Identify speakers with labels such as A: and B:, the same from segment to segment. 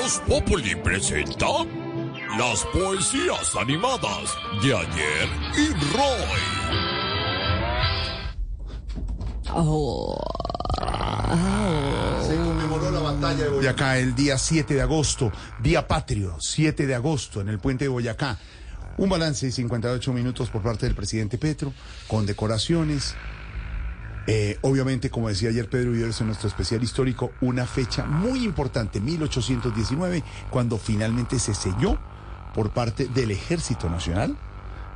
A: Voz Populi presenta las poesías animadas de ayer y Roy.
B: Oh. Se conmemoró la batalla de Boyacá el día 7 de agosto, día patrio, 7 de agosto, en el puente de Boyacá. Un balance de 58 minutos por parte del presidente Petro, con decoraciones. Eh, obviamente, como decía ayer Pedro Viveros en nuestro especial histórico, una fecha muy importante, 1819, cuando finalmente se selló por parte del Ejército Nacional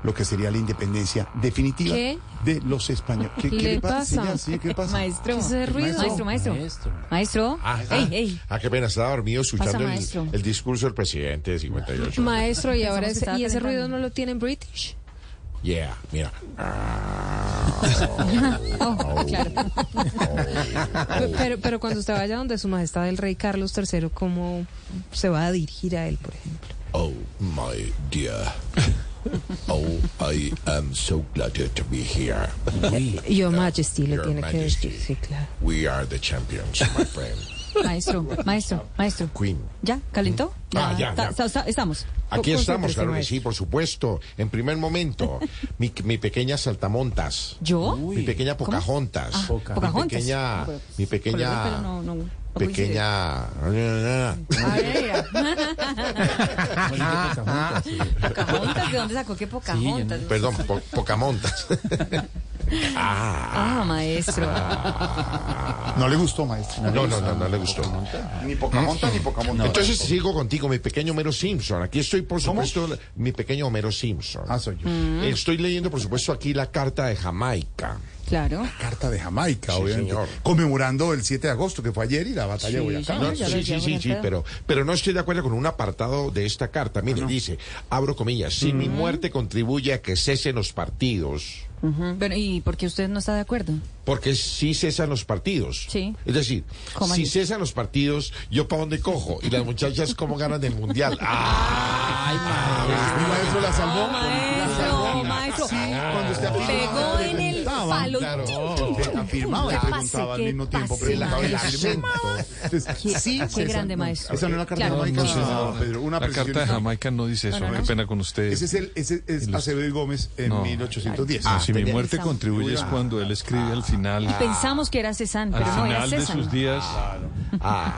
B: lo que sería la independencia definitiva
C: ¿Qué?
B: de los españoles. ¿Qué, qué
C: ¿Le pasa?
B: señora? ¿Sí? ¿Qué pasa?
C: Maestro. ¿Qué es ese ruido?
B: Maestro.
C: Maestro, maestro. Maestro. Ey, ey.
D: Ah, qué pena, estaba dormido escuchando
C: Pasa,
D: el,
C: maestro.
D: el discurso del presidente de 58.
C: Maestro, y ahora
E: que
C: ese,
E: estaba
C: y ese
E: calentando.
C: ruido no lo tiene en British.
D: Yeah, mira.
C: Oh, claro. pero, pero cuando usted vaya donde su majestad el rey Carlos III, ¿cómo se va a dirigir a él, por ejemplo?
A: Oh, my dear. Oh, I am so glad to be here.
C: Your Majesty le
D: Your
C: tiene que
D: Majesty.
C: decir, sí, claro.
D: We are the champions, my friend.
E: Maestro, maestro, maestro.
D: Queen.
E: ¿Ya? ¿Calentó?
D: Ah, ya, ya.
E: Está- está- estamos.
D: Aquí
E: Con-
D: estamos,
E: concéntrese,
B: ah.
D: claro que
E: maestro.
D: sí, por supuesto. En primer momento, mi, mi pequeña Saltamontas.
E: ¿Yo?
D: Mi pequeña
E: ¿Cómo?
D: Pocahontas.
E: Ah, Pocahontas.
D: Mi
E: No,
D: pequeña.
E: pero-
D: mi
E: Por lo menos, pero
D: pequeña.
E: no- no- no
D: pequeña.
E: coincide. A ver, ¿Pocahontas? ¿De dónde sacó qué Pocahontas?
D: Perdón, po- Pocamontas.
E: Ah, maestro.
B: No le gustó, maestro.
D: No, no, no, no le gustó.
B: Ni Pocamonta ni Pocamonta.
D: Entonces sigo contigo, mi pequeño Homero Simpson. Aquí estoy, por supuesto, mi pequeño Homero Simpson. Mm.
B: Ah, soy
E: Mm.
B: yo.
D: Estoy leyendo, por supuesto, aquí la carta de Jamaica.
E: Claro.
B: Carta de Jamaica,
D: Sí,
B: obviamente.
D: señor.
B: Conmemorando el 7 de agosto, que fue ayer, y la batalla de Boyacá.
E: ya
D: No,
E: lo
D: sí, sí,
E: decía
D: sí, sí,
E: Alfredo.
D: pero, pero no estoy de acuerdo con un apartado de esta carta.
E: Ah,
D: Mire, dice, abro comillas, si mi
E: Mm.
D: muerte contribuye a que cesen los partidos,
E: Bueno, ¿y por qué usted no está de acuerdo?
D: porque si cesan los partidos.
E: Sí.
D: Es decir,
E: ¿Cómo
D: si
E: así?
D: cesan los partidos, ¿yo para dónde cojo? Y las muchachas, ¿cómo ganan el mundial? ¡Ay,
B: Mi maestro la salvó.
E: Maestro, maestro.
B: Cuando usted
E: Pegó
B: afirmaba,
E: en el
B: preguntaba.
E: palo.
B: Usted afirmaba y
E: Pase,
B: preguntaba al
E: que
B: mismo tiempo.
E: pase.
B: Preguntaba y
D: El
B: afirmaba. Entonces,
E: Qué-
B: sí,
E: qué
B: César,
E: grande
B: no.
E: maestro.
B: Esa no es la carta
E: Claro.
B: de Jamaica,
E: No,
B: señor
F: no.
B: Pedro. Una
F: Ah, La carta de
B: precisión.
F: Jamaica no dice eso. ¿eh?
E: No, no, no.
F: Qué pena con usted.
B: Ese es, el, ese es Acevedo y Gómez en
F: No.
B: 1810.
F: No, Ah, si mi
D: tenía-
F: muerte
E: Pensamos.
F: contribuye
B: Ah.
F: es cuando él escribe al final,
E: Pensamos que era Cezanne,
F: al
E: pero Ah. no Ah, era
F: final de sus
E: Cezanne.
F: días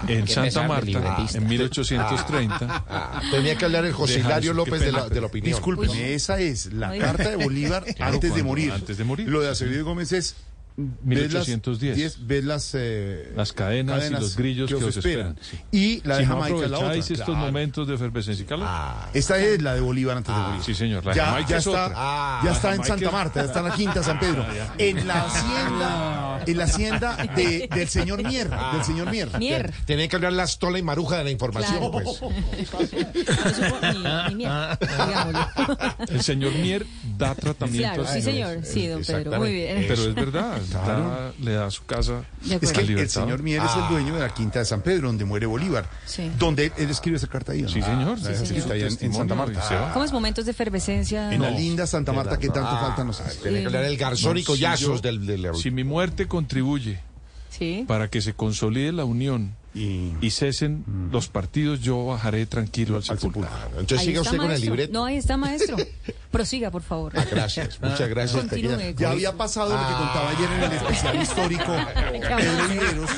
F: en Santa Marta, en
E: Ah.
F: 1830.
B: Ah.
D: Tenía que hablar el José
F: Deja
D: Hilario
F: eso, qué
D: López de la,
F: pena.
D: de la opinión.
B: Disculpen, esa es la
E: Oiga.
B: carta de Bolívar
F: Claro,
B: antes de
F: cuando-
B: morir.
F: antes de morir.
B: Lo de Acevedo y Gómez es. ves las
F: 1810.
B: diez- Ves las, eh,
F: Las cadenas y los grillos que os esperan, sí.
B: Y la
F: si
B: de
F: no
B: Jamaica es la otra.
F: aprovecháis estos
B: Claro.
F: momentos de efervescencia y calor,
E: Ah.
B: Esta es la de Bolívar antes de morir.
F: Ah, sí, señor, la
B: ya
F: Jamaica
B: ya
F: es
B: está, Ah,
F: otra.
B: ya
F: la
B: está en
F: Jamaica
B: Santa
F: es- Ah,
B: Marta, ya está en la quinta San Pedro. En la hacienda, en la hacienda de- del señor Mier, del señor Mier.
F: Ah.
E: Mier.
D: Tenía que hablar la estola y maruja de la información,
E: Claro.
D: pues.
E: No supo ni- ni mierda, digámoslo.
F: el señor Mier da tratamiento.
E: Claro,
F: al
E: sí,
F: señor.
E: señor. Sí, don Pedro. Muy
D: Exactamente.
E: bien.
F: Pero es verdad, da- le da su casa.
E: De acuerdo.
B: Es que
F: al
B: el
F: libertador.
B: señor Mier es el dueño de la quinta de San Pedro, donde muere Bolívar.
E: Sí.
B: Donde él, él escribe esa carta ahí. ¿o no? Ah,
F: Sí, señor.
B: La escribe
F: su
B: ahí en- en Santa
F: testimonio
B: Marta.
F: y se va.
E: ¿Cómo es momentos de efervescencia?
B: En la linda Santa Marta que tanto falta nos hace.
D: Tenía que hablar el garzón y
F: No, si
D: collazos
F: yo-
D: del, del,
F: Si mi muerte contribuye
E: Sí.
F: para que se consolide la unión
B: Y-
F: y, cesen los partidos, yo bajaré tranquilo al
B: Al
F: sepulcro.
B: sepulcro.
D: Entonces
E: Ahí
D: siga
E: está,
D: usted con el
E: maestro.
D: libreto. Ah,
E: No, ahí está, maestro. Prosiga, por favor.
D: Gracias, muchas gracias.
E: Continúe.
D: pequeña.
B: Ya había pasado lo que contaba ayer en el especial histórico Pedro Viveros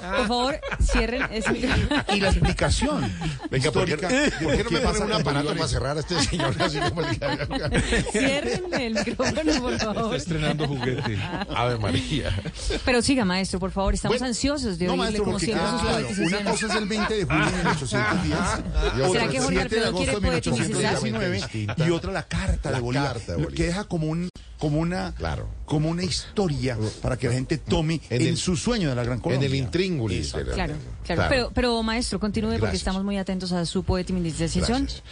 E: Por favor, cierren. ese micrófono.
B: y la explicación
D: Venga, ¿por qué,
B: histórica
D: por qué no me ponen un
B: con
D: aparato
B: Bolívar.
D: para cerrar a este señor? Así como el que-
E: Cierren el micrófono, por favor.
F: Estrenando juguete.
D: Ave María.
E: Pero siga, maestro, por favor. Estamos
B: Bueno,
E: ansiosos de
B: No,
E: oírle
B: maestro,
E: como
B: porque
E: siempre
B: queda
E: sus
B: claro,
E: poetizaciones.
B: una cosa es el 20 de julio de 1810,
D: ¿Será
B: otra
E: que Jorge
B: el 7 de
E: Alfredo
B: agosto de
E: quiere poetizar?
B: 1819
D: Distinta.
B: y otra la carta de
D: La
B: Bolívar,
D: carta de Bolívar.
B: que deja como un como una
D: Claro. Uh,
B: como una historia para que la gente tome
D: En
B: en,
D: el-
B: su sueño de la Gran
D: En
B: Colombia.
D: el intríngulis.
B: Exacto.
E: Claro, claro. Pero, pero, maestro, continúe porque
D: Gracias.
E: estamos muy atentos a su poetimilización.
D: Gracias.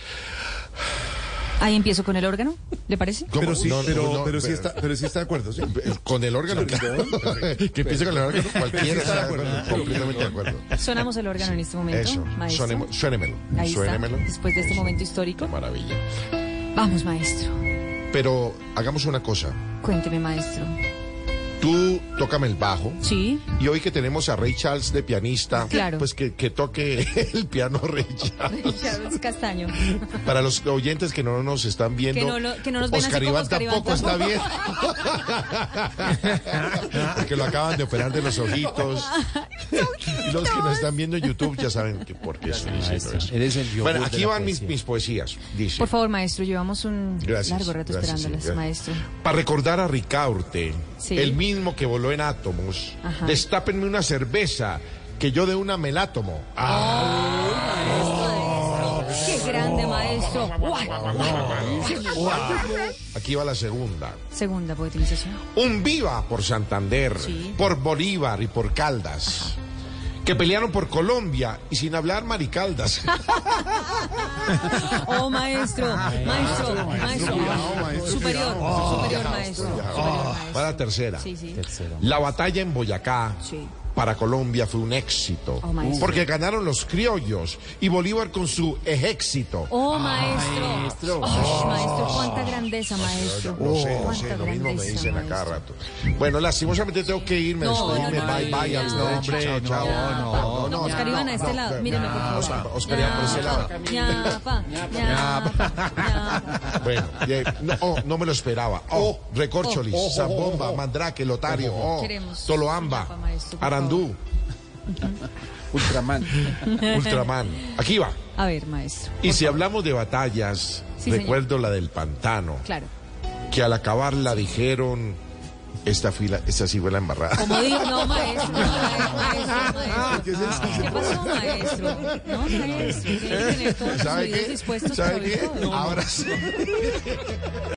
E: Ahí empiezo con el órgano, ¿le parece?
D: ¿Cómo?
B: Pero sí,
D: No, no,
B: pero,
D: no, eh,
B: pero sí está, pero sí está de acuerdo, sí.
D: Con el órgano. que empiece con el órgano cualquiera.
B: Está de acuerdo.
D: ¿sabes? Completamente de acuerdo.
E: Sonamos el órgano en este momento,
D: Eso.
E: maestro.
D: suéneme- Suénemelo.
E: Ahí está,
D: Suénemelo.
E: después de este
D: Eso.
E: momento histórico.
D: Maravilla.
E: Vamos, maestro.
D: Pero hagamos una cosa.
E: Cuénteme, maestro.
D: Tú tócame el bajo.
E: Sí.
D: Y hoy que tenemos a Ray Charles de pianista,
E: Claro.
D: pues que, que toque el piano Ray Charles.
E: Charles Castaño.
D: Para los oyentes que no nos están viendo,
E: Que no lo- que no nos ven así
D: Oscar
E: como
D: Iván
E: Oscar Iván
D: tampoco está bien. Porque lo acaban de operar de los ojitos. Y los que nos están viendo en YouTube ya saben que por qué estoy diciendo eso.
G: Eres el yogur
D: Bueno,
G: de
D: aquí
G: la
D: van mis,
G: poesía.
D: mis poesías. Dice.
E: Por favor, maestro, llevamos un
D: Gracias.
E: largo rato
D: gracias,
E: esperándolas,
D: sí, gracias.
E: maestro.
D: Para recordar a Ricaurte,
E: Sí.
D: el mismo que voló en átomos,
E: Ajá.
D: destápenme una cerveza, que yo de una me la tomo. Ah, Pues,
E: ¡Qué
D: oh.
E: grande, maestro!
D: aquí va la segunda.
E: Segunda poetización.
D: Un viva por Santander,
E: Sí.
D: por Bolívar y por Caldas. Que pelearon por Colombia y sin hablar maricaldas.
E: Oh, maestro,
D: Ah,
E: maestro, maestro. Superior, superior, maestro. Superior,
D: Va
E: maestro.
D: la tercera.
E: Sí, sí.
G: Tercero.
D: La batalla en Boyacá
E: Sí.
D: para Colombia fue un éxito.
E: Oh, maestro.
D: porque ganaron los criollos y Bolívar con su ejército.
E: Oh, maestro. Oh, maestro, cuánta
D: Ah.
E: grandeza, maestro.
D: No sé, no
E: Cuánta
D: sé, lo mismo me
E: grandeza,
D: dicen a cada
E: maestro.
D: rato. Bueno, lastimosamente tengo que irme,
E: No,
D: despedirme,
E: no, no,
D: bye
E: no,
D: bye,
E: no,
D: hasta
E: no,
D: otra,
E: hombre,
D: chao,
E: no,
D: chao.
E: no,
D: No, no,
E: Oscar
D: no,
E: Iván, a este
D: no,
E: lado,
D: no,
E: míreme, por favor.
D: Oscar- Oscar Iván, por ese lado.
E: Ñapa, ñapa, ñapa.
D: Bueno, y, eh, no, oh, no me lo esperaba. Oh, Recorcholis,
E: Oh,
D: Zambomba, Mandrake, Lotario, oh,
E: Queremos
D: Toloamba,
E: Yapa, maestro, por
D: Arandú,
G: Ultraman.
D: Ultraman. Aquí va.
E: A ver, maestro.
D: Y si hablamos de batallas,
E: Sí, señor.
D: recuerdo la del pantano,
E: Claro.
D: que al acabarla dijeron, esta fila, esta sí fue la embarrada.
E: Como digo, no, maestro, no, maestro,
D: Ah,
E: maestro, maestro. ¿Qué pasó, maestro? No, maestro, tiene que tener todos sus
D: ¿Sabe
E: oídos
D: qué? Ah,
E: dispuestos para
D: ¿Sabe
E: oír
D: qué?
E: todo.
D: Ahora sí.